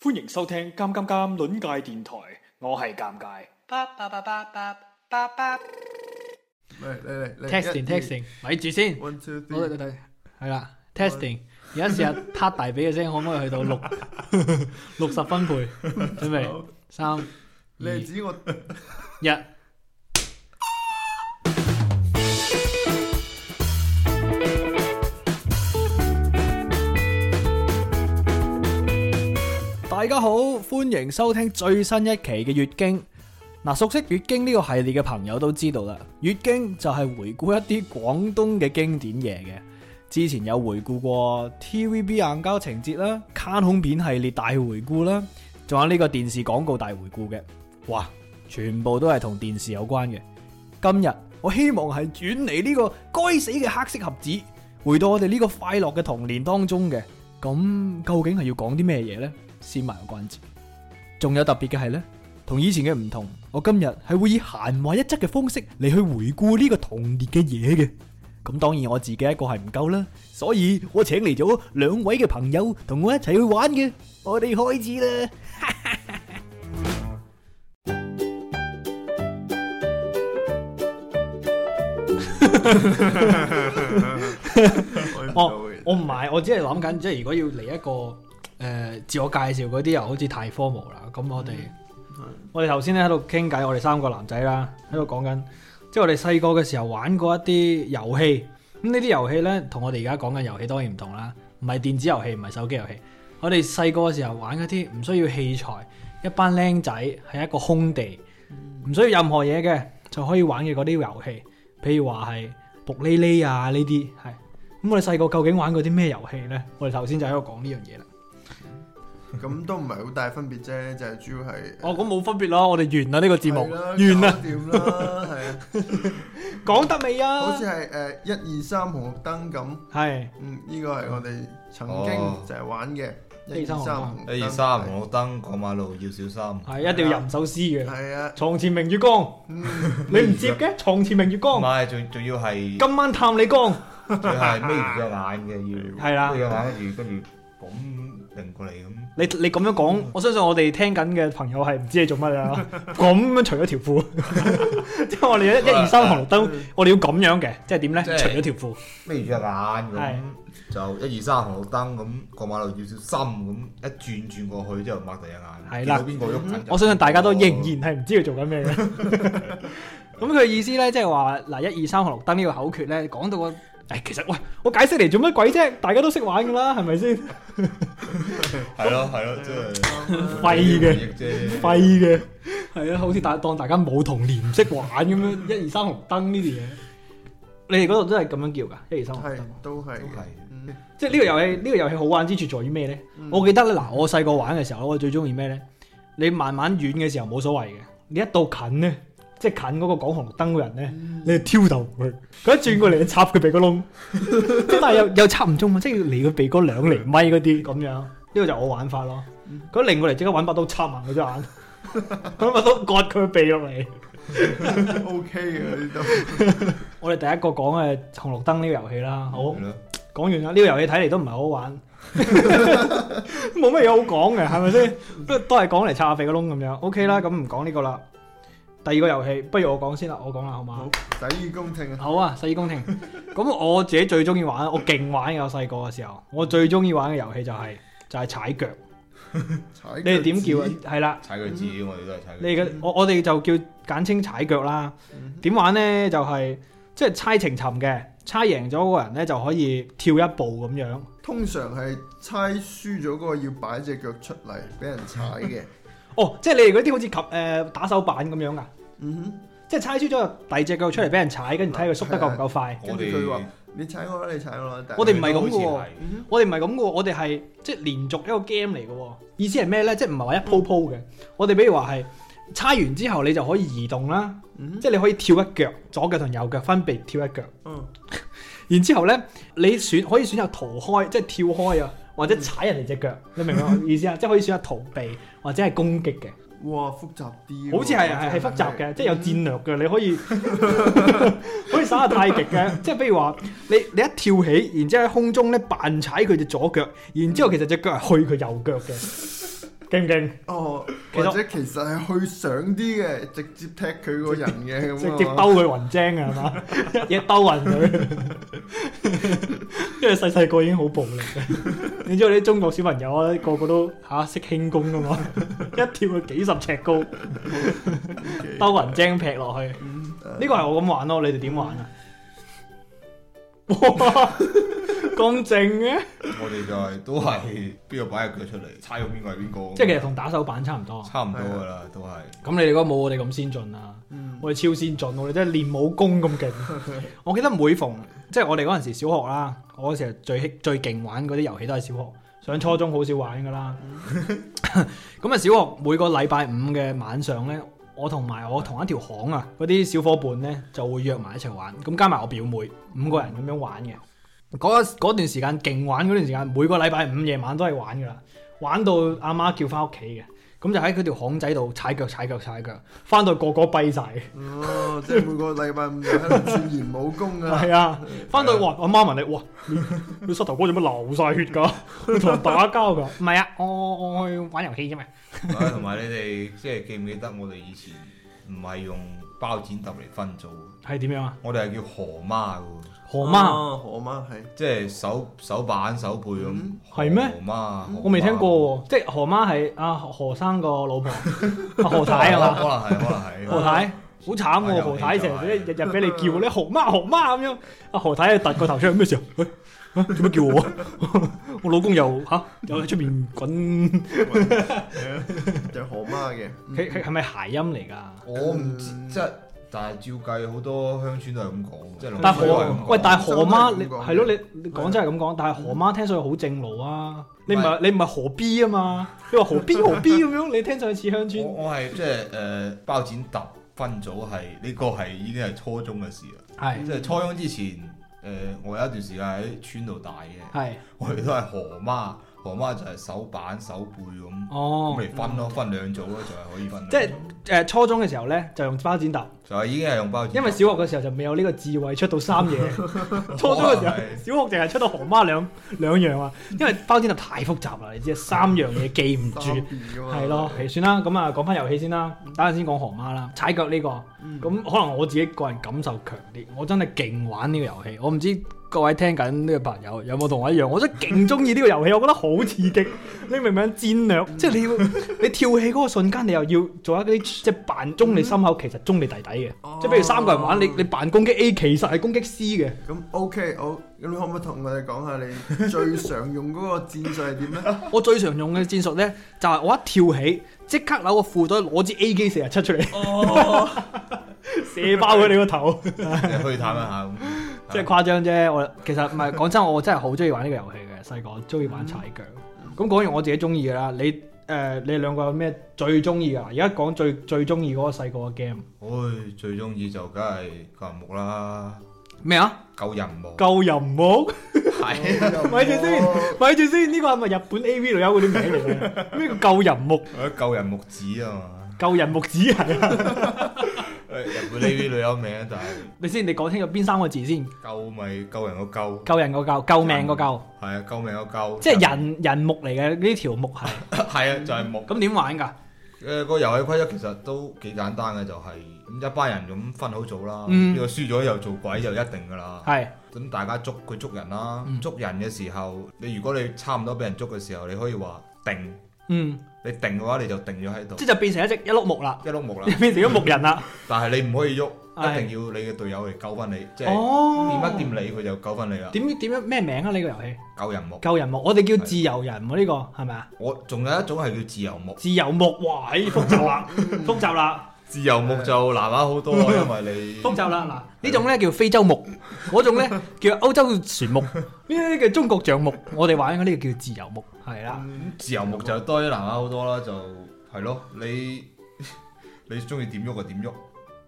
歡迎收聽《尷尷尷》論界電台，我係尷尬。嚟嚟嚟嚟 testing 一二 testing，咪住先， one two 我哋 three，睇係啦，testing。而家試下拍大髀嘅聲，可唔可以去到六六十分貝？準備三二你係指我 一，大家好，歡迎收聽最新一期嘅月經。嗱，熟悉月經呢個系列嘅朋友都知道啦，月經就係回顧一啲廣東嘅經典嘢嘅。之前有回顧過 TVB 硬膠情節啦、卡通片系列大回顧啦，仲有呢個電視廣告大回顧嘅。哇，全部都係同電視有關嘅。今日我希望係遠離呢個該死嘅黑色盒子，回到我哋呢個快樂嘅童年當中嘅。咁究竟係要講啲咩嘢呢？先埋個關節。仲有特別嘅係呢，同以前嘅唔同，我今日係會以閒話一則嘅方式嚟去回顧呢個童年嘅嘢嘅。咁當然我自己一個係唔夠啦，所以我請嚟咗兩位嘅朋友同我一齊去玩嘅。我哋開始啦！我我我唔係，我只係諗緊，即係如果要嚟一個誒、呃自我介紹嗰啲，又好似太 formal 啦。咁我哋、我哋頭先咧喺度傾偈，我哋三個男仔啦，喺度講緊，即係我哋細個嘅時候玩過一啲遊戲。咁呢啲遊戲咧，同我哋而家講緊遊戲當然唔同啦，唔係電子遊戲，唔係手機遊戲。我哋細個嘅時候玩嗰啲唔需要器材，一班僆仔喺一個空地，唔需要任何嘢嘅就可以玩嘅嗰啲遊戲，譬如話係卜哩哩啊呢啲係。咁我哋細個究竟玩過啲咩遊戲呢？我哋頭先就喺度講呢樣嘢啦。咁都唔係好大分別啫，就係主要係哦，咁冇分別咯，我哋完啦呢個節目，係啦完啦，搞掂啦，係 啊，講得未啊？好似係誒一二三紅綠燈咁，係嗯，呢個係我哋曾哦經就係玩嘅一二三紅綠燈一二三，我燈過馬路要小心。係啊嗯一定要吟首詩嘅。係啊，床前明月光，你唔接嘅？床前明月唔光，係，仲仲要 係，今晚探你光。仲要係眯住隻眼嘅要，係啦眯隻眼跟住跟住咁擰過嚟咁。你你咁樣講，我相信我哋聽緊嘅朋友係唔知你做乜 啦。咁樣除咗條褲， 即係我哋一一二三紅綠燈，我哋要咁樣嘅，即係點呢？啊嗯即係除咗條褲，眯住隻眼係咁，就一二三紅綠燈咁過馬路要小心咁，一轉轉過去之後擘大隻眼，係見啦嗯到邊個喐緊就我相信大家哦都仍然係唔知佢做緊咩嘅。 咁佢意思咧，即係話嗱，一二三紅綠燈呢個口訣咧，講到個，誒，哎其實喂，我解釋嚟做乜鬼啫？大家都識玩噶啦，係咪先？係咯係咯，即係廢嘅，回憶啫。廢嘅，係啊，好似大當大家冇童年唔識玩咁樣，一二三紅燈呢啲嘢，你哋嗰度都係咁樣叫噶，一二三紅燈。係都係都嘅係，嗯即係呢個遊戲，呢、個遊戲好玩之處在於咩呢？嗯我記得咧，嗱，我細個玩嘅時候，我最中意咩呢？你慢慢遠嘅時候冇所謂嘅，你一到近呢，即係近嗰個講紅綠燈嘅人呢，你就挑逗佢，佢一轉過嚟，你插佢鼻哥窿，咁但係又又插唔中喎，即係離佢鼻哥兩厘米嗰啲咁樣，呢個就我玩法咯。佢一擰過嚟，即刻揾把刀插埋佢隻眼，揾把刀割佢鼻落嚟。 OK 嘅呢度，我哋第一個講嘅紅綠燈呢個遊戲啦，好。係咯，講完啦，呢、個遊戲睇嚟都唔係好好 玩，冇乜嘢好講嘅，係咪先？嗯都都係講嚟插下鼻個窿咁樣。OK 啦，咁唔講呢個啦。第二個遊戲，不如我講先啦，我講啦，好嘛好？洗耳恭聽啊，好啊，洗 耳恭聽。咁我自己最中意玩，我勁玩嘅，我細個嘅時候，我最中意玩嘅遊戲就係、就係、踩腳。踩你哋點腳叫啊趾？係啦，踩腳趾我哋都係踩腳嗯你趾。嘅我我哋就叫簡稱踩腳啦。嗯點玩呢？就係、即係猜情尋嘅，猜贏咗嗰個人呢，就可以跳一步咁樣。通常係猜輸咗嗰個要擺只腳出嚟俾人踩嘅。哦，即係你哋嗰啲好似及誒打手板咁樣啊， 嗯即係猜輸咗就第二隻腳出嚟俾人踩，跟住睇佢縮得夠唔夠快。跟住佢話哼，你踩我啦，你踩我啦。但係我哋唔係咁嘅喎好似係嗯我哋唔係咁嘅喎，我哋係即係連續一個 game 嚟嘅喎。意思係咩呢？即係唔係話一鋪鋪嘅？我哋比如話係猜完之後，你就可以移動啦，嗯即係你可以跳一腳，左腳同右腳分別跳一腳。嗯然之後呢，你選可以選擇逃開，即係跳開啊，或者踩人哋隻腳。你明唔明我意思啊？即係可以選擇逃避或者係攻擊嘅。哇，複雜啲喎。啊好似係係係複雜嘅，即嗯係有戰略嘅，你可 以可以耍下太極嘅，即係譬如話你你一跳起，然之後喺空中咧扮踩佢隻左腳，然之後其實隻腳係去佢右腳嘅，勁唔勁？哦，其或實者其實係去上啲嘅，直接踢佢個人嘅咁直接啊兜佢雲精啊，係嘛？ 一嘢兜暈佢，因為細細個已經好暴力嘅。你知我啲中國小朋友啊，個個都嚇識輕功噶 嘛，一跳去幾十尺 高，兜雲精劈落去。呢個係我咁玩咯，你哋點玩 啊？哇，咁靜嘅，我哋就係都係邊個擺只腳出嚟，猜到邊個係邊個。即係其實啊同打手板差唔多。差唔多噶啦，都係。咁你哋嗰個冇我哋咁先進啊啦、嗯我哋超先進，我哋真係練武功咁勁。我記得每逢即係我哋嗰陣時小學啦，我嗰時係最最勁玩嗰啲遊戲都係小學，上初中好少玩噶啦。咁啊，小學每個禮拜五嘅晚上咧，我同埋我同一條巷啊嗰啲小伙伴咧就會約埋一齊玩，咁加埋我表妹五個人咁樣玩嘅。嗰嗰段時間勁玩嗰段時間，每個禮拜五夜晚都係玩噶啦，玩到阿媽叫翻屋企嘅。咁就喺佢條巷仔度踩腳踩腳踩腳，翻到個個跛晒。哦，即係每個禮拜五就喺度鑽研武功噶啦。 係啊，翻到去哇，阿媽問你哇，你你膝頭哥做乜流晒血㗎？你同人打交㗎？唔係啊，我我去玩遊戲啫嘛。 啊同埋你哋即係記唔記得我哋以前唔係用包剪揼嚟分組，係點樣啊？我哋係叫河媽噶，河媽，哦，河媽係即係手手板手背咁嗯。係咩河媽，我未聽聽過喎，即係河媽係阿何生個老婆，阿何太係可能啊嘛？可能係，可何 能係。太好慘係喎，啊何太成日係啊日日俾你叫你何媽何媽咁樣，阿何太就突個頭出嚟咩事啊？ 喂啊做乜叫我 啊？我老公又吓又喺出面滾。嗯就係河媽嘅。佢佢係咪諧音嚟㗎？我唔知即係，但係照計好多鄉村都係咁講，即係農但係村都係咁嗯河講喂，但係河媽你廣州都係咁講嘅係咯，你你講真係咁講，但係河媽聽上去好正路啊！你唔係你唔係河 B 啊嘛？你話河 B 河 B 咁樣，你聽上去似鄉村我我係即係誒包剪揼分組係呢個係已經係初中嘅事啦。係即係初中之前，誒、我有一段時間喺村度大嘅，係我哋都係河媽，河媽就係手板手背咁，咁哦，咪分咯，分兩組咯，就係可以分兩組。即係誒初中嘅時候咧就用包剪揼，就係已經係用包剪，因為小學嘅時候就未有呢個智慧出到三 嘢。初中嘅時候，小學淨係出到河媽兩兩樣啊，因為包剪揼太複雜啦，你知啊三樣嘢記唔住。三 B 㗎嘛。係咯，係算啦。咁啊，講翻遊戲先啦。等陣先講河馬啦，踩腳呢、個。咁、可能我自己個人感受強啲，我真係勁玩呢個遊戲。我唔知各位聽緊呢個朋友有冇同我一樣，我真係勁中意呢個遊戲，我覺得好刺激。你明唔明戰略？即係你要 你跳起嗰個瞬間，你又要做一啲即係扮中你心口，其實中你弟弟嘅。哦即係譬如三個人玩，你你扮攻擊 A，其實係攻擊 C 嘅。咁 OK，好，咁你可唔可以同我哋講下你最常用嗰個戰術係點咧？我最常用嘅戰術呢，就係、我一跳起，即刻扭個褲袋攞支 A 機四十七出嚟，哦 射爆佢你個頭，你去探一下咁。即係誇張啫。我其實唔係講真，我真係好中意玩呢個遊戲嘅，細個中意玩踩腳。嗯咁講完我自己中意嘅啦，你誒、呃你兩個有咩最中意噶？啊而家講最最中意嗰個細個嘅 game 唉，最中意就梗係救人木啦，咩啊？救人木。救人木， 係咪住先，咪住先，呢個係咪日本 A V 女優嗰啲名嚟 嘅？咩叫救人木？啊，救人木子啊嘛，救人木子係啊？誒日本呢啲女有名，但係你先，你講清楚邊三個字先？救咪救人個救，救人個救，救命個救，係啊，救命個救，即係人人木嚟嘅呢條木係。係啊，就係木。咁點玩㗎？誒、呃個遊戲規則其實都幾簡單嘅，就係、咁一班人咁分好組啦，嗯呢個輸咗又做鬼就一定㗎啦。係咁大家捉佢捉人啦，嗯捉人嘅時候，你如果你差唔多俾人捉嘅時候，你可以話定，嗯，你定嘅話你就定咗喺度即係就變成一隻一碌木啦，一碌木 啦， 變成咗木人啦。但係你唔可以喐，係一定要你嘅隊友嚟救翻你，即係掂哦一，掂你佢就救翻你啦，點點樣咩名啊？呢個遊戲救人木。救人木，我哋叫自由人喎，呢個係咪啊？我仲有一種係叫自由 木，自由木，哇！唉，複雜啦，嗯複雜啦，自由 木就難玩好多啊，因為你 複雜啦。嗱，呢種咧叫非洲木，嗰種咧叫歐洲船木，呢啲叫中國象木。我哋玩嘅呢個叫自由木，係啦。自由木就多啲難玩好多啦，就係咯，你 你中意點喐就點喐，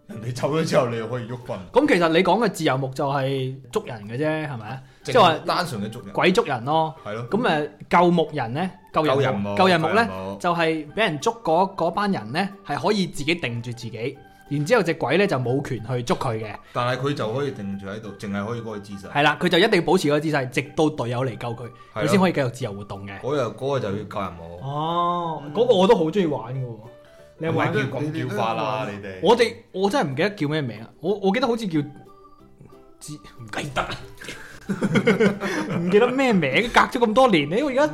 人哋走咗之後你又可以喐棍，咁其實你講嘅自由木就係捉人嘅啫，係咪啊？即係話淨單純嘅捉人，鬼捉人咯。係咯，咁誒救牧人咧，救救人人木，冇救人木咧冇就係俾人捉嗰嗰班人咧，係可以自己定住自己，然之後只鬼咧就冇權去捉佢嘅，但係佢就可以定住喺度，淨係可以嗰個姿勢。係啦，佢就一定要保持嗰個姿勢，直到隊友嚟救佢，係啊佢先咯可以繼續自由活動嘅。嗰日嗰個就要救人喎。哦，嗰個我都好中意玩嘅喎，你有冇玩唔過係？叫咁叫法啦，你哋。我哋我真係唔記得叫咩名啊！我我記得好似叫知唔記得啊，唔記得咩名，隔咗咁多年你我而家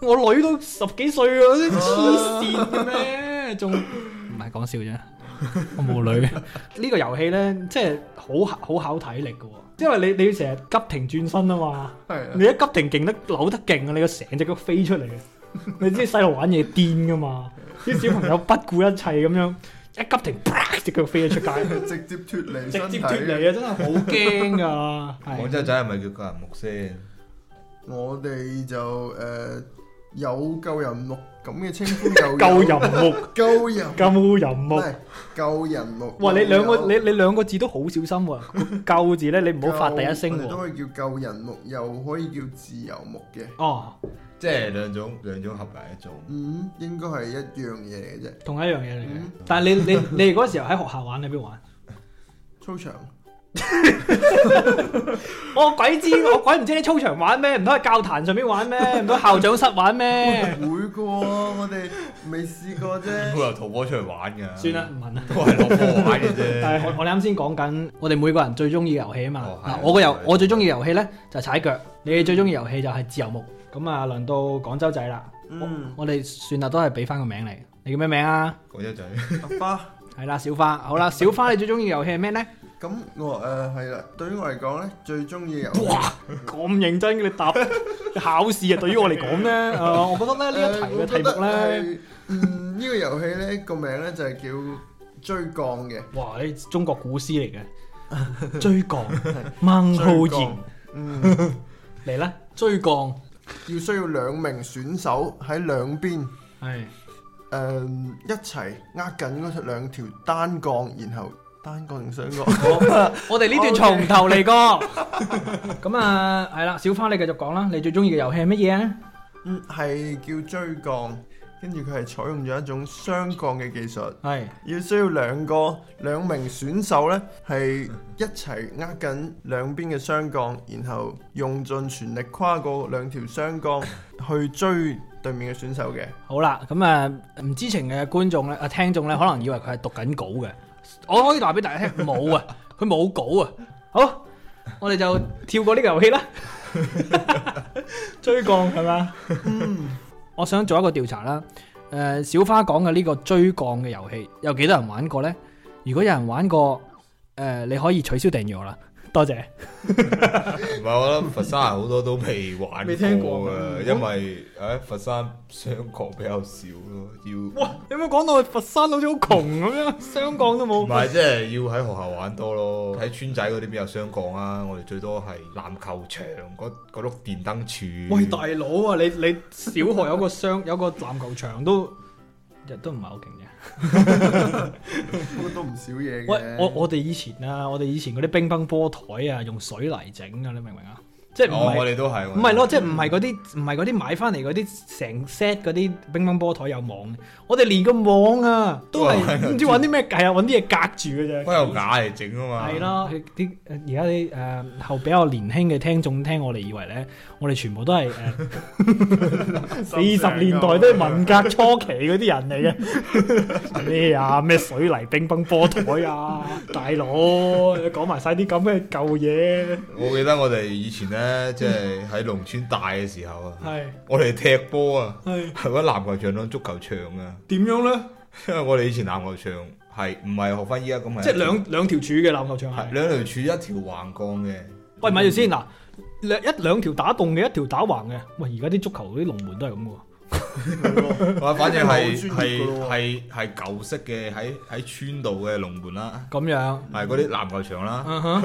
我女都十幾歲啊，黐線嘅咩？ 仲唔係講笑啫？ 我冇女。呢個遊戲咧，即係好好考體力嘅喎，因為你你要成日急停轉身啊嘛。à. 係啊你一急停勁得扭得勁啊！你個成隻腳飛出嚟嘅，你知細路玩嘢癲噶嘛？啲小朋友不顧一切咁樣一急停，啪隻腳飛咗出街， 直接脱離直身接體。脱離啊！真係好驚噶，廣係州仔係咪叫救人木先？我哋就誒有救人木咁嘅稱呼，又救有人木， 救人救人木唔。係救人木。哇！你兩個又有你你兩個字都好小心喎，救字咧你唔好發第一聲我哋都喎。可以叫救人木，又可以叫自由木嘅。哦，即係兩種兩種合埋一做。嗯，應該係一樣嘢嚟嘅啫。同一樣嘢嚟嘅嗯。但係你你你哋嗰時候喺學校玩，你邊玩？操場我鬼知，我鬼唔知你操場玩咩？唔通喺教壇上面玩咩？唔通校長室玩咩？會個喎，我哋未試過啫。佢由淘寶出嚟玩㗎。算啦，，唔問啦。都係落波玩嘅但係啫。我我哋啱先講緊，我哋每個人最中意嘅遊戲啊嘛哦。係嗱，我個遊係我最中意嘅遊戲咧就係踩腳，你哋最中意嘅遊戲就係自由木。咁啊，輪到廣州仔啦。嗯，我哋算啦，都係俾翻個名嚟。你叫咩名啊？廣州仔阿花。係啦，小花。好啦，小花，你最中意嘅遊戲係咩咧？咁我誒係啦，對於我嚟講咧，最中意遊戲哇，咁認真嘅你答考試啊！對於我嚟講 咧，誒，我覺 Ờ, 得咧呢一題嘅題目咧，，Ừ, 嗯，呢個遊戲咧個名咧就係叫追降嘅，哇，你中國古詩嚟嘅，追降，孟浩然嗯，嚟啦，追降要需要兩名選手喺兩邊係。誒一齊握緊嗰兩條單槓，然後單槓定雙槓？ 我哋呢段從頭嚟過。 咁啊，係啦，小花你繼續講啦，你最中意嘅遊戲係乜嘢啊？嗯，係叫追降，跟住佢係採用咗一種雙降嘅技術。係要需要兩個兩名選手呢，係一齊握緊兩邊嘅雙槓，然後用盡全力跨過兩條雙槓 去追對面嘅選手嘅。好啦，咁啊，唔知情嘅觀眾咧，啊聽眾咧，可能以為佢係讀緊稿嘅，我可以話俾大家聽，冇 啊，佢冇稿啊。好，我哋就跳過呢個遊戲啦。 追降係嘛？嗯我想做一個調查啦。誒、小花講嘅呢個追降嘅遊戲，有幾多人玩過呢？如果有人玩過，誒、呃你可以取消訂閱我啦。多謝。唔係，我諗佛山人好多都未玩未聽過嘅，嗯因為誒佛山雙角比較少咯，要哇！有冇講到佛山好似好窮咁 樣，雙降都唔冇？係即係要喺學校玩多咯。喺村仔嗰啲邊有雙降啊？我哋最多係籃球場嗰嗰碌電燈柱。喂，大佬啊！你你小學有個雙有個籃球場都日都唔係好勁啫。不過都唔少嘢喂，嘅。我我哋以前啊，我哋以前嗰啲乒乓波台啊，用水泥整啊，你明唔明啊？即係唔哦，我係哋都係唔係咯？即係唔係嗰啲唔係嗰啲買翻嚟嗰啲成 set 嗰啲乒乓波台有網嘅，我哋連個網啊都係唔知揾啲咩係啊揾啲嘢隔住嘅啫。都有假嚟整啊嘛。係咯，啲而家啲誒後比較年輕嘅聽眾聽我哋以為咧，我哋全部都係誒四十年代都係文革初期嗰啲人嚟嘅，咩 à, 啊咩水泥乒乓波台啊，大佬你講埋晒啲咁嘅舊嘢，我記得我哋以前咧，即嗯係喺農村大嘅時候啊，係我哋踢波啊，係係嗰籃球場當足球場啊， 點樣咧？因為我哋以前籃球場係唔係學翻依家咁係即係兩兩條柱嘅籃球場係係。兩條柱一條橫槓 嘅，喂，咪住先嗱，兩一兩條打洞嘅，一條打橫嘅。喂，而家啲足球嗰啲龍門都係咁嘅喎。哇！反正係好專業係㗎咯係係舊式嘅喺喺村度嘅龍門啦，咁樣。係嗰啲籃球場啦，嗯哼，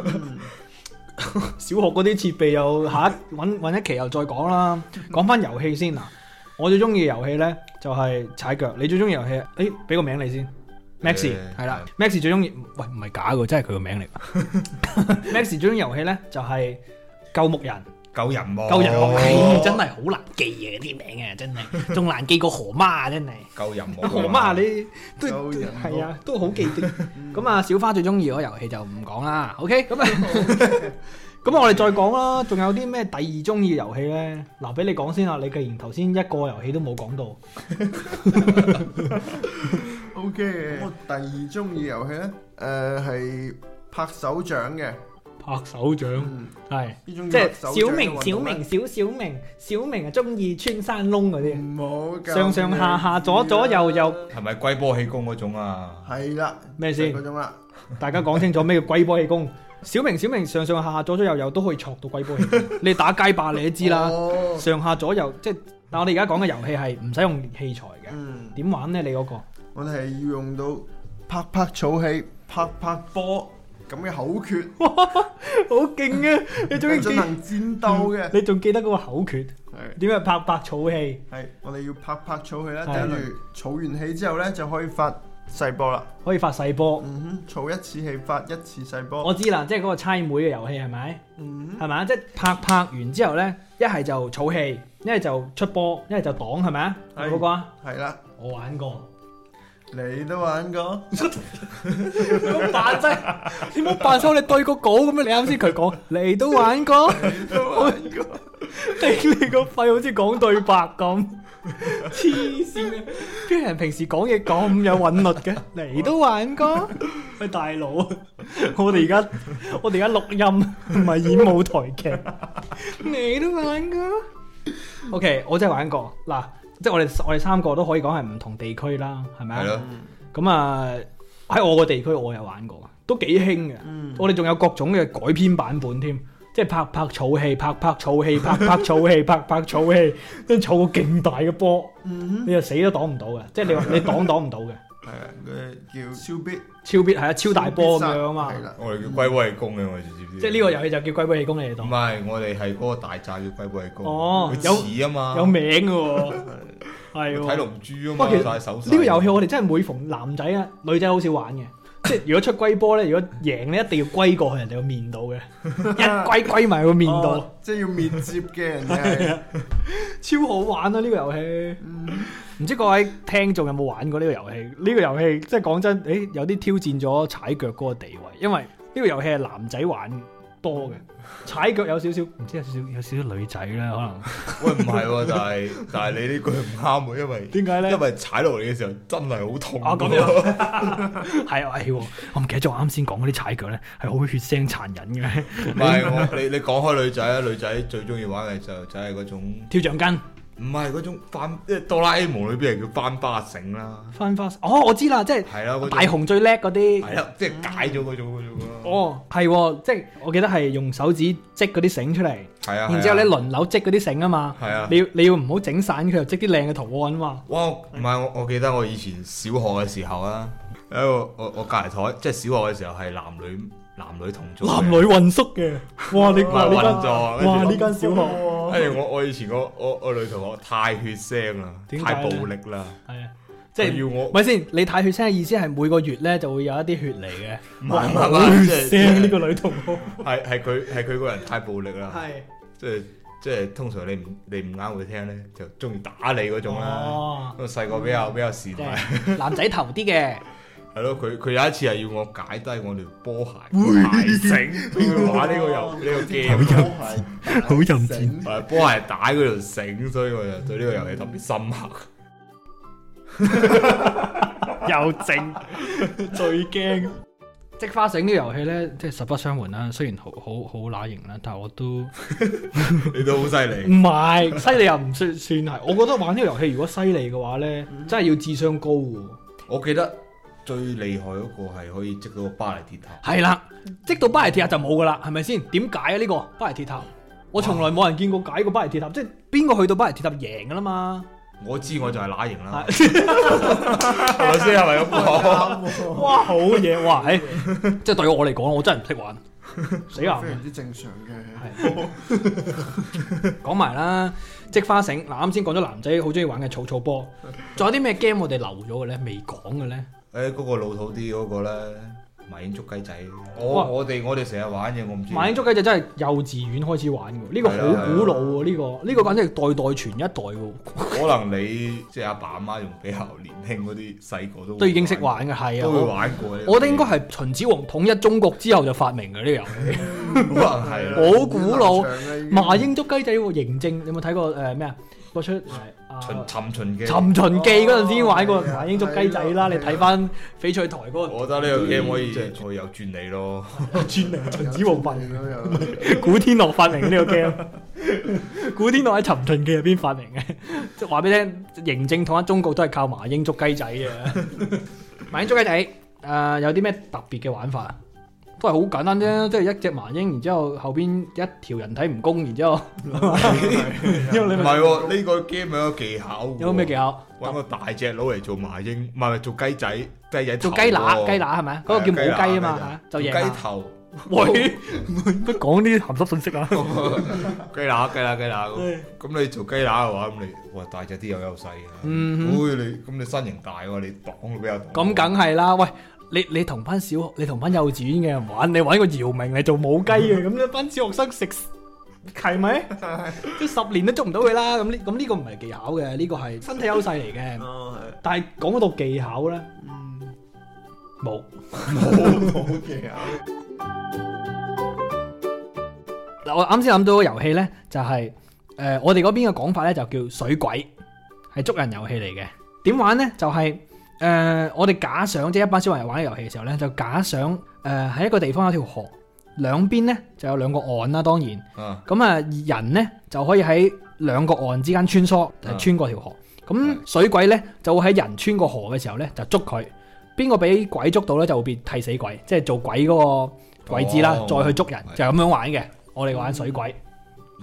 小學嗰啲設備又下一揾揾一期又再講啦。講翻遊戲先嗱，我最中意嘅遊戲呢就係踩腳，你最中意遊戲？誒，俾個名你先，Max 誒係啦，Max 最中意，喂唔係假嘅，真係佢個名嚟。Max 最中意遊戲呢就係救木人，救人喎，救人 喎，唉真係好難記啊！啲名啊，真係仲難記過河媽啊，真係。救人 喎，河媽你都救人喎係啊，都好記 得。咁啊，小花最中意嗰個遊戲就唔講啦。OK，咁啊， 咁啊我哋再講啦。仲有啲咩第二中意嘅遊戲咧？嗱，俾你講先啦。啊你既然頭先一個遊戲都冇講到， O K 嘅。我第二中意遊戲咧，誒係拍手掌嘅，拍手掌嗯，係呢種即叫係拍手小掌嘅明、運小動咧明、小小明、小明啊，中意穿山窿嗰啲。唔好咁上上下下左左右右係咪龜波氣功嗰種啊？係啦，咩就係先嗰種啦，大家講清楚咩叫龜波氣功？小明小明上上下下左左右右都可以戳到龜波氣功。你打街霸你都知啦，哦上下左右即係。但我哋而家講嘅遊戲係唔使用器材嘅，嗯，點玩呢？你嗰、個我哋係要用到拍拍草氣、拍拍波咁嘅口訣， 好勁啊！你仲嚟記進行戰鬥嘅，你仲記得嗰個口訣係點樣拍拍草氣？係我哋要拍拍草氣啦，係跟住儲完氣之後咧就可以發細波啦。可以發細波。嗯哼，儲一次氣發一次細波。我知啦，即係嗰個猜妹嘅遊戲係咪？嗯係咪？即係拍拍完之後呢，一係就草氣，一係就出波，一係就擋係咪啊？係有冇嗰個啊？哼，係啦，我玩過。你都玩過。你唔好扮真， 你唔好扮收你對個稿咁樣。你啱先佢講，你都玩過，頂 你個肺，好似講對白咁，黐線嘅。邊有人平時講嘢咁有韻律嘅？你都玩過？喂，大佬，我哋而家我哋而家錄 音唔係演舞台劇， 你都玩過？OK，我真係玩過嗱，即係我哋我哋三個都可以講係唔同地區啦，係咪啊係？咯，咁啊喺我個地區我有玩過，都幾興嘅。嗯我哋仲有各種嘅改編版本添，即係拍拍草氣，拍拍草氣，拍拍草氣，拍拍草氣，跟住儲個勁大嘅波，嗯你就死都擋唔到嘅，即係你話你擋擋唔到嘅，哼，係啊，佢叫超必超必係啊超大波咁樣啊嘛係。啦，我哋叫龜波氣功嘅，我哋知唔知？即係呢個遊戲就叫龜波氣功你哋唔當，係，我哋係嗰個大寨叫龜波氣功。哦佢有似啊嘛，有名嘅喎，係睇喎。龍珠啊不過嘛，其實晒手勢呢個遊戲我哋真係每逢男仔啊女仔好少玩 嘅，即係如果出龜波咧，如果贏咧一定要龜過去人哋個面 度嘅，一龜龜埋個面度。哦即係要面接 嘅人哋係。超好玩啊！呢、個遊戲，嗯唔知各位聽眾有冇玩過呢個遊戲？呢、個遊戲即係講真，誒有啲挑戰咗踩腳嗰個地位，因為呢個遊戲係男仔玩多嗯嘅，踩腳有少少，唔知有少少有少少女仔啦，可能喂，唔係 喎，但係但係你呢句唔啱喎，因為點解咧因為踩落嚟嘅時候真係好痛。啊咁樣，係啊係喎，我唔記得咗我啱先講嗰啲踩腳咧係好血腥殘忍嘅， 唔係我你你講開女仔啊，女仔最中意玩嘅就就係嗰種，跳橡筋、唔係嗰種翻，即係哆啦 A 夢裏邊係叫翻巴繩啦，翻花，哦我知啦，即係係啦啊嗰種大雄最叻嗰啲。係啊啦，即係解咗嗰種嗰種咯。哦，係喎、即係我記得係用手指織嗰啲繩出嚟，係啊，然之後咧係啊輪流織嗰啲繩啊嘛，係啊你要你要唔好整散佢，又織啲靚嘅圖案啊 嘛。哇！唔係我，我記得我以前小學嘅時候啊，喺我我我隔離台，即係小學嘅時候係男女男女同組嘅，男女混宿嘅， 哇！你唔話呢係混間，咗。跟住啊哇！呢間小學跟住我我以前個我我女同學太血腥啦，點解太呢暴力啦，係啊，即即係係要我唔咪先？你睇血腥嘅意思係每個月咧就會有一啲血嚟 嘅，係唔係唔好係血即腥呢係個女同學。係係佢係佢個人太暴力啦，係即係即係通常你唔你唔啱佢聽咧，就中意打你嗰種啦。哦，咁細個比較比較時即代，係男仔頭啲嘅，係咯，佢佢有一次係要我解低我條波鞋鞋繩，佢玩呢個哦遊呢個 game。好淫賤賤。誒波係打嗰條繩，所以我就對呢個遊戲特別深刻。 又正， 最驚。織花繩呢個遊戲咧，即係實不相瞞啦。雖然好好好乸型啦，但係我都你都好犀唔利，係犀利又唔算算係。我覺得玩呢個遊戲如果犀利嘅話咧，真係要智商高喎。我記得最厲害嗰個係可以積到個巴黎鐵塔。係啦，即到巴黎鐵塔就冇噶啦，係咪先？點解啊？呢、個巴黎鐵塔，我從來冇人見過解過巴黎鐵塔，即係邊個去到巴黎鐵塔贏噶啦嘛？我知我就係乸型啦，係咪先？係咪咁 講？哇，好嘢！哇，誒， 即係對我嚟講，我真係唔識玩，死非硬 嘅。常之正常嘅，係講埋啦，織花繩嗱，啱先講咗男仔好中意玩嘅草草波，仲有啲咩 game 我哋留咗嘅咧，未講嘅咧？誒嗰個老土啲嗰個咧，麻鷹捉雞仔。哇我我哋我哋成日玩嘅，我唔知。哦麻鷹捉雞就真係幼稚園開始玩嘅喎，呢個係啊好古老喎，呢個呢個簡直係代代傳一代嘅可能你即係阿爸阿媽仲比較年輕嗰啲，細個都喎，會都已經識，玩嘅，係都會啊。玩過呢個我我哋應該係秦始皇統一中國之後就發明嘅呢個遊戲。 可能係啦。好古老好長啦已經麻鷹捉雞仔喎，嬴政，你有冇睇過誒咩啊？嗰出誒啊 尋尋《秦嘅，尋秦記》嗰陣先玩過哦係啊麻鷹捉雞仔啦，係啊你睇翻翡翠台嗰個 我覺得呢個 game 可以再有轉你咯。專名 秦始皇發明，有有古天樂發明呢個 game。古天樂喺《尋秦記》入邊發明嘅， 即係話俾你聽，嬴政統一中國都係靠麻鷹捉雞仔 嘅。麻鷹捉雞仔誒、有啲咩特別嘅玩法啊？都係好簡單啫，即係一隻麻鷹，然之後後邊一條人體蜈蚣，然之後因為 唔你係喎，呢個 game 有個技巧喎。有咩技巧？揾個大隻佬嚟做麻鷹，唔係做雞仔，雞仔做雞乸，乸，雞乸係咪啊？嗰個叫母雞啊嘛，係啊就雞贏乸雞啦。頭， 喂，唔講啲鹹濕信息啊！雞乸雞乸雞乸嗯咁。咁你做雞乸嘅話，咁你哇大隻啲有優勢嘅。嗯會你咁你身形大喎，你擋都比較擋。咁梗係啦，喂。你你同班小學，你同班幼稚園嘅人玩，你揾個姚明嚟做母雞嘅，咁一班小學生食係咪？即係十年都捉唔到佢啦。咁呢咁呢個唔係技巧嘅，呢個係身體優勢嚟嘅。哦係但係講到技巧咧，嗯冇好奇啊嗱，我啱先諗到個遊戲咧，就係、呃我哋嗰邊嘅講法咧，就叫水鬼，係捉人遊戲嚟嘅。點玩咧？就係、呃我哋假想即係一班小朋友玩嘅遊戲嘅時候咧，就假想呃誒喺、一個地方有條河，兩邊咧就有兩個岸啦，當然。啊，咁啊，人咧就可以喺兩個岸之間穿梭，嗯穿過條河。咁係水鬼咧就會喺人穿過河嘅時候咧就捉佢，邊個俾鬼捉到咧就會變替死鬼，即係做鬼嗰個鬼子啦，哦再去捉人，係就咁樣玩嘅。我哋玩水鬼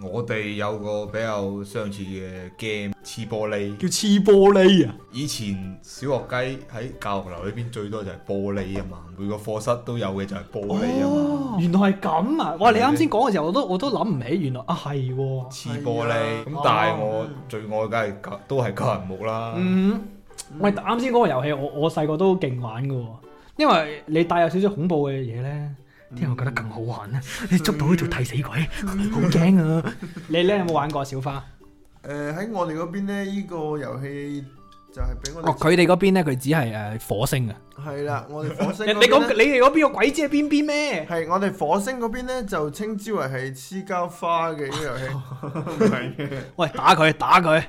我哋有個比較相似嘅 game，黐玻璃。叫黐玻璃啊，以前小學雞喺教學樓裏邊最多就係玻璃啊嘛，每個課室都有嘅就係玻璃啊嘛，哦原來係咁啊！哇，你啱先講嘅時候我都我都諗唔起，原來啊係喎，黐玻係璃。啊咁但係我最愛梗係教都係教人木啦，嗯，喂，啱先嗰個遊戲我我細個都勁玩嘅喎，因為你帶有少少恐怖嘅嘢咧。啲人會覺得更好玩啊咧，你捉到呢條替死鬼，好驚啊！你咧有冇玩過啊小花？誒喺我哋嗰邊咧，呢個遊戲就係俾我哦，哋佢哋嗰邊咧，佢只係誒火星啊！係啦，我哋火星你嗰邊你呢講你哋嗰邊個鬼知喺邊邊咩？係我哋火星嗰邊咧，就稱之為係黐膠花嘅呢個遊戲。喂，打佢，打佢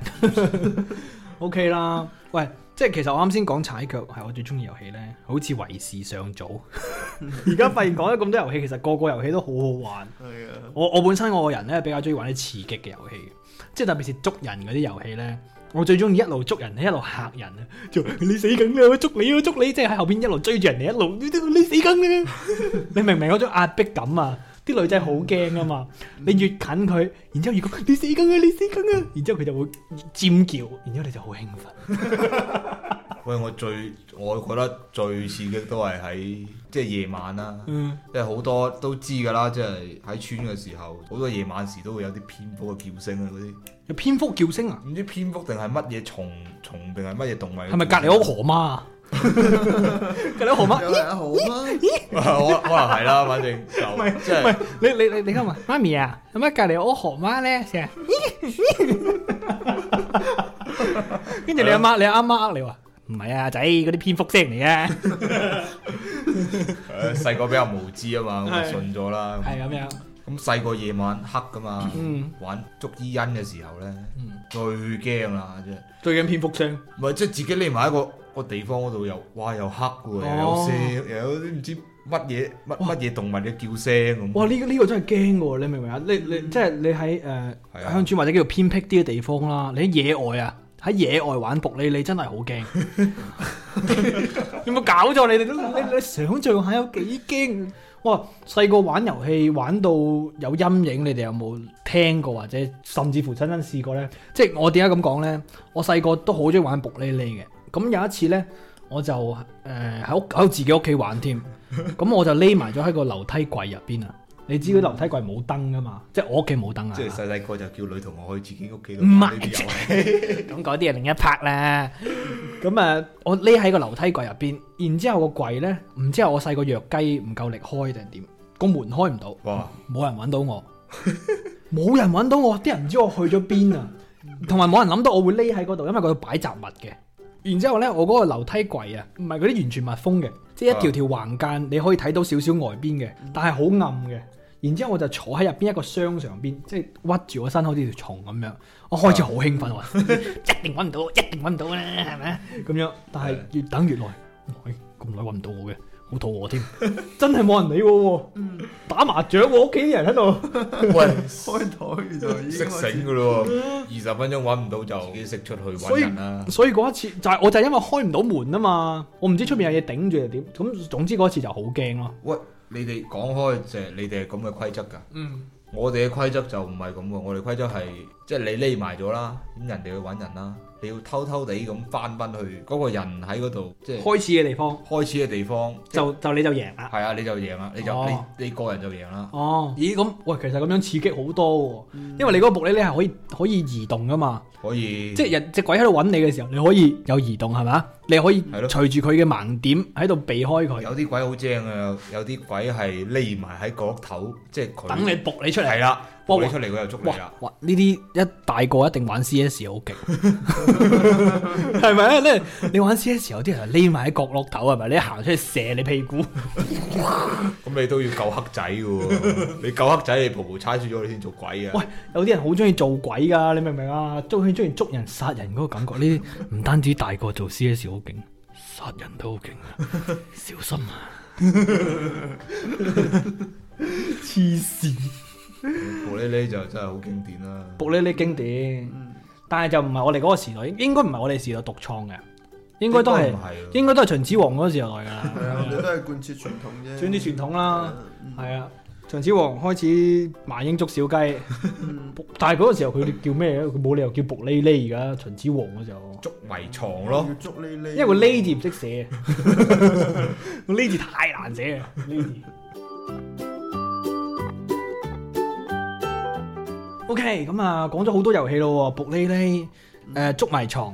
，OK 啦。喂，即係其實我啱先講踩腳係我最中意遊戲咧，好似為時尚早。 而家發現講咗咁多遊戲，其實個個遊戲都好好玩。係啊，我我本身我個人咧比較中意玩啲刺激嘅遊戲嘅，即係特別是捉人嗰啲遊戲咧，我最中意一路捉人，一路嚇人啊！就你死梗啦，我捉你，我捉你，即係喺後邊一路追住人哋，一路你你死梗 啦！你明唔明嗰種壓迫感啊？啲女仔好驚啊嘛！你越近佢，然之後如果你死梗啊，你死梗啊，然之後佢就會尖叫，然之後你就好興奮。喂，我最我覺得最刺激都係喺即係夜晚啦，嗯，即係好多都知㗎啦，即係喺村嘅時候，好多夜晚時都會有啲蝙蝠嘅叫聲啊嗰啲，有蝙蝠叫聲啊！唔知蝙蝠定係乜嘢蟲蟲定係乜嘢動物嘅叫聲？係咪隔離屋河媽啊？隔離屋河媽。有人好啊，可 可能係啦，反 正唔係就即唔係，係你你你你今日媽咪啊，咁啊隔離我河媽咧成日，跟住你阿媽你阿媽呃你話唔係啊仔，嗰啲蝙蝠聲嚟嘅，誒細個比較無知啊嘛，咁係就信咗啦。係咁樣，咁細個夜晚黑噶嘛，嗯玩捉伊人嘅時候咧，嗯，最驚啦，真係，最緊蝙蝠聲，唔係即係自己匿埋喺個個地方嗰度又，哇又黑哦嘅喎，又有聲，又有啲唔知乜嘢乜乜嘢動物嘅叫聲咁。哇呢個呢個真係驚嘅喎，你明唔明啊？你你即係你喺誒嗯係啊鄉村或者叫做偏僻啲嘅地方啦，你喺野外啊。喺野外玩伏你，你真係好驚！ 有冇搞錯？你哋都你你想象下有幾驚？哇！細個玩遊戲玩到有陰影，你哋有冇聽過或者甚至乎親身試過呢？即係我點解咁講呢？我細個都好中意玩卜哩哩嘅。咁有一次呢，我就誒喺屋喺自己屋企玩添。 咁我就匿埋咗喺個樓梯櫃入邊啊！你知嗰樓梯櫃冇燈噶嘛？即係我屋企冇燈啊！嗯即係細細個就叫女同學去自己屋企度唔係玩呢啲遊戲，咁嗰啲係另一 part 啦。咁啊，我匿喺個樓梯櫃入邊，然之後個櫃咧，唔知係我細個弱雞唔夠力開定係點，個門開唔到，哇！冇人揾到我， 冇人揾到我，啲人唔知我去咗邊啊，同埋冇人諗到我會匿喺嗰度，因為嗰度擺雜物嘅。然之後咧，我嗰個樓梯櫃啊，唔係嗰啲完全密封嘅，即係一條條橫間，你可以睇到少少外邊嘅，但係好暗嘅。然之後我就坐喺入邊一個箱上邊，即係屈住我身，好似條蟲咁樣。我開始好興奮，話 一定揾唔到，一定揾唔到啦，係咪啊？咁樣，但係越等越耐，喂咁耐揾唔到我嘅，好肚餓添，真係冇人理我喎。打麻雀喎，屋企啲人喺度。喂，開台就已經識開醒始噶咯喎，二十分鐘揾唔到就自己識出去揾人啦。哦所以嗰一次就係、我就係因為開唔到門啊嘛，我唔知出面有嘢頂住定點，咁總之嗰次就好驚咯。喂，你哋講開就係你哋係咁嘅規則㗎。嗯，我哋嘅規則就唔係咁喎，我哋規則係即係你匿埋咗啦，咁人哋去揾人啦，你要偷偷地咁翻返去嗰個人喺嗰度，即係開始嘅地方開始嘅地方，就就你就贏啦。係啊，你就贏啦，你就、哦你你個人就贏啦。哦，咦咁，喂，其實咁樣刺激好多喎，嗯因為你嗰個木呢，你係可以可以移動噶嘛，可以即係人隻鬼喺度揾你嘅時候，你可以有移動係咪啊？你可以係咯隨住佢嘅盲點喺度避開佢，有啲鬼好正啊，有啲鬼係匿埋喺角落頭，即係佢等你仆你出嚟係。啊啦，哇你出嚟佢就捉你哇啦。哇！呢啲一大個一定玩 C.S. 好 勁，係咪啊？咧你玩 C.S. 有啲人就匿埋喺角落頭係咪？你一行出去射你屁股，咁你都要救黑仔 嘅喎，你救黑仔你步步踩住咗你先做鬼啊！喂，有啲人好中意做鬼噶，你明唔明啊？中意中意捉人殺人嗰個感覺，呢啲唔單止大個做 C.S. 好勁，殺人都好勁啊！小心啊！黐線，布呢呢就真係好經典啦。布呢呢經典，嗯但係就唔係我哋嗰個時代，應該唔係我哋時代獨創嘅，應該都係應該唔係啊應該都係秦始皇嗰個時代㗎啦。係啊，我哋都係貫徹傳統啫。轉啲傳統啦，嗯係啊。秦始皇開始麻鷹捉小雞，嗯但係嗰個時候佢哋叫咩咧？佢冇理由叫卜哩哩而家秦始皇嗰時候，捉迷藏咯要，捉呢呢，因為個呢字唔識寫，個呢字太難寫啊！呢字 O K，咁啊，講咗好多遊戲咯喎，卜哩哩，誒捉迷藏，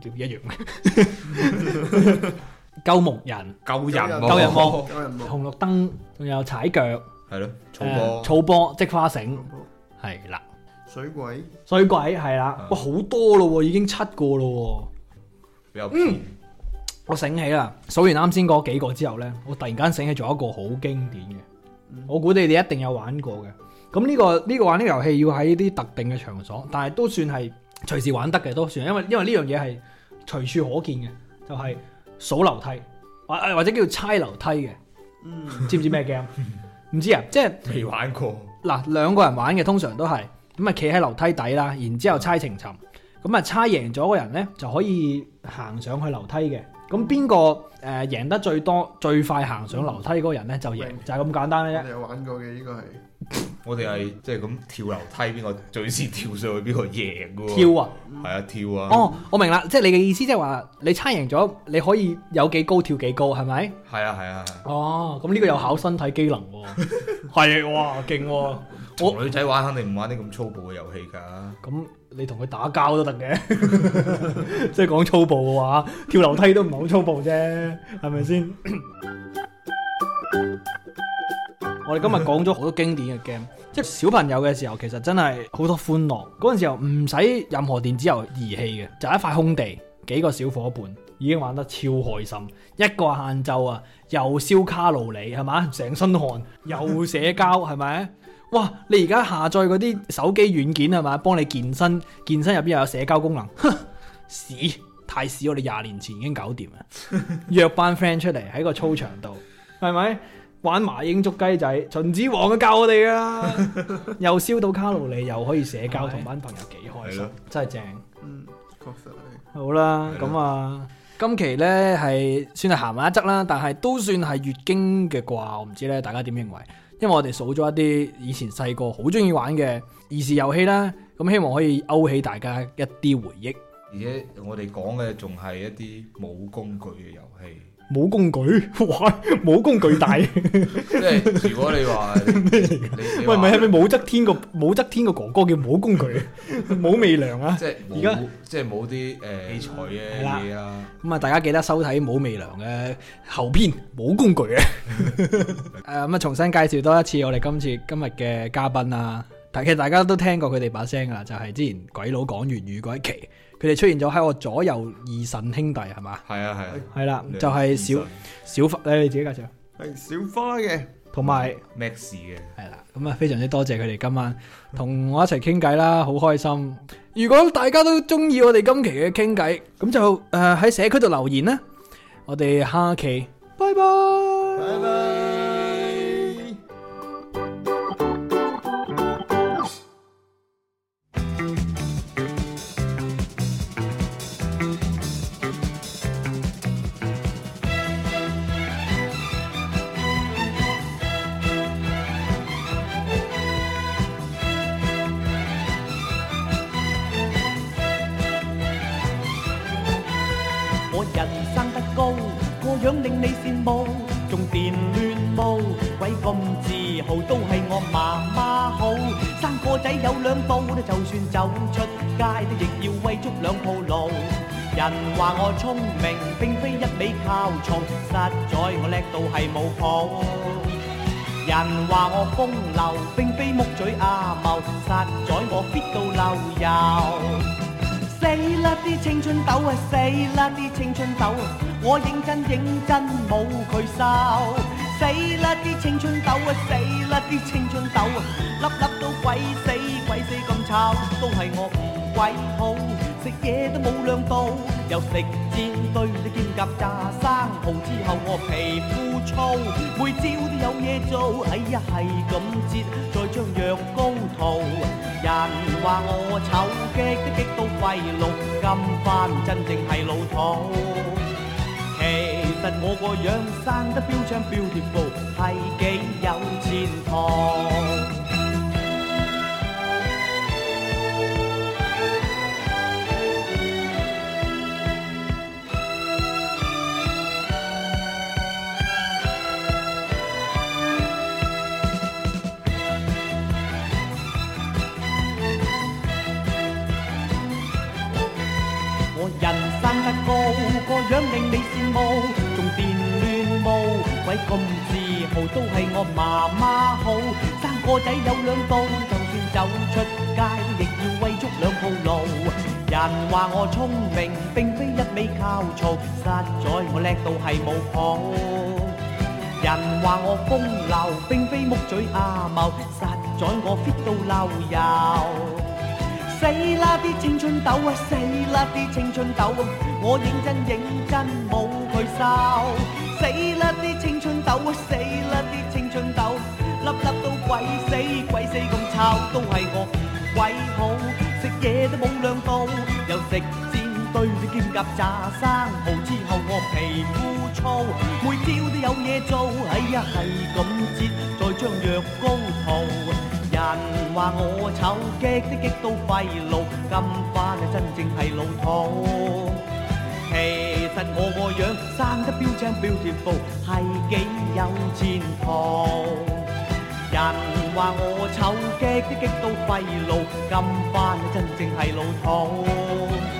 屌一樣咩？ 救牧人、救有人人喎，救人魔有人冇。紅綠燈，仲有踩腳、係咯，草誒波，草波、即花繩，係啦，水鬼水鬼係啦啊，哇，好多咯喎，已經七個咯喎，比較偏嗯我醒起啦，數完啱先嗰幾個之後呢，我突然間醒起咗一個好經典嘅，我估你哋一定有玩過嘅。咁呢、個呢、個玩呢個遊戲要喺啲特定嘅場所，但係都算係隨時玩得嘅，都算，因為因為呢樣嘢係隨處可見嘅，就係、數樓梯，或或者叫猜樓梯嘅，嗯知唔知咩 game？唔知啊，即係未玩過，嗱兩個人玩嘅通常都係咁啊，企喺樓梯底啦，然之後猜情尋，咁啊猜贏咗個人咧就可以行上去樓梯嘅。咁邊個誒贏得最多、最快行上樓梯嗰個人咧就贏，就係咁啊簡單我嘅啫。哋有玩過嘅，呢個係我哋係即係咁跳樓梯，邊個最先跳上去，邊個贏嘅喎。跳啊！係啊，跳啊，哦，我明啦，即係你嘅意思即係話你猜贏咗，你可以有幾高跳幾高，係咪？係啊，係啊，係啊哦，咁呢個有考身體機能喎， 係哇，勁喎！同女仔玩肯定唔玩啲咁粗暴嘅遊戲㗎。咁你同佢打交都得嘅， 即係講粗暴嘅話，跳樓梯都唔係好粗暴啫，係咪先？ 我哋今日講咗好多經典嘅 game，即係小朋友嘅時候，其實真係好多歡樂。嗰陣時候唔使任何電子遊儀器嘅，就一塊空地，幾個小伙伴已經玩得超開心。一個晏晝啊，又燒卡路里係嘛，成身汗，又社交係咪？哇！你而家下載嗰啲手機軟件係嘛，幫你健身，健身入邊又有社交功能，哼屎太屎！我哋廿年前已經搞掂啦，約班 friend 出嚟喺個操場度，係咪玩麻鷹捉雞仔？秦始皇都教我哋噶， 又燒到卡路里，又可以社交，同班朋友幾開係心咯，真係正。嗯，確實係好啦，係咯咁啊，今期呢係算係行埋一則啦，但係都算係月經嘅啩，我唔知呢大家點認為？因為我哋數咗一啲以前細個好中意玩嘅兒時遊戲啦，咁希望可以勾起大家 一啲回憶。而且我哋講嘅仲係一啲冇工具嘅遊戲，冇工具，哇，冇工具大，即係如果你話 咩嚟喂，唔係係咪武則天個武則天個哥哥叫冇工具， 冇味糧啊？即係而家冇即係冇啲誒器材嘅係啦嘢啦。咁啊，大家記得收睇冇微良嘅後篇冇工具嘅。嗯 誒咁啊，重新介紹多一次我哋今次今日嘅嘉賓啦。但其實大家都聽過佢哋把聲噶啦，就係、之前鬼佬講粵語嗰一期，佢哋出現咗喺我左右二神兄弟係嘛？係啊係啊，係啦，就係小小花，你你自己介紹，係小花嘅，同埋 Max 嘅，係啦，咁啊非常之多謝佢哋今晚同我一齊傾偈啦，好開心。如果大家都中意我哋今期嘅傾偈，咁就誒喺、社區度留言啦。我哋下期拜拜。拜拜。我人生得高，個樣令你羨慕，仲電亂舞，鬼咁自豪，都係我媽媽好。生個仔有兩寶，就算走出街都亦要喂足兩鋪路。人話我聰明，並非一味靠嘈，實在我叻到係冇譜。人話我風流，並非木嘴阿茂，實在我 fit 到漏油。死啦啲青春痘啊，死啦啲青春痘啊，我認真認真冇佢收。死啦啲青春痘啊，死啦啲青春痘啊，粒粒都鬼死鬼死咁臭，都係我唔鬼好，食嘢都冇兩度，又食煎堆啲肩胛炸生蠔之後，我皮膚粗，每朝都有嘢做，哎呀係咁折，再將藥膏塗。人話我醜激都激到肺癆，今番真正係老土。其實我個樣生得標槍標貼布，係幾有前途。我人生得高，個樣令你羨慕，仲電亂舞，鬼咁自豪，都係我媽媽好。生個仔有兩刀，就算走出街，亦要喂足兩鋪路。人話我聰明，並非一味靠嘈，實在我叻到係冇譜。人話我風流，並非木嘴阿茂，實在我 fit 到漏油。死啦啲青春痘啊，死啦啲青春痘啊，我認真認真冇佢收。死啦啲青春痘啊，死啦啲青春痘，粒粒都鬼死鬼死咁臭，都係我唔鬼好，食嘢都冇兩度，又食煎堆啲兼夾炸生蠔之後，我皮膚粗，每朝都有嘢做，哎呀係咁折，再將藥膏塗。人話我醜激都激到肺癆，今番啊真正係老土。其實我個樣生得標青標貼布，係幾有前途。人話我醜激都激到肺癆，今番啊真正係老土。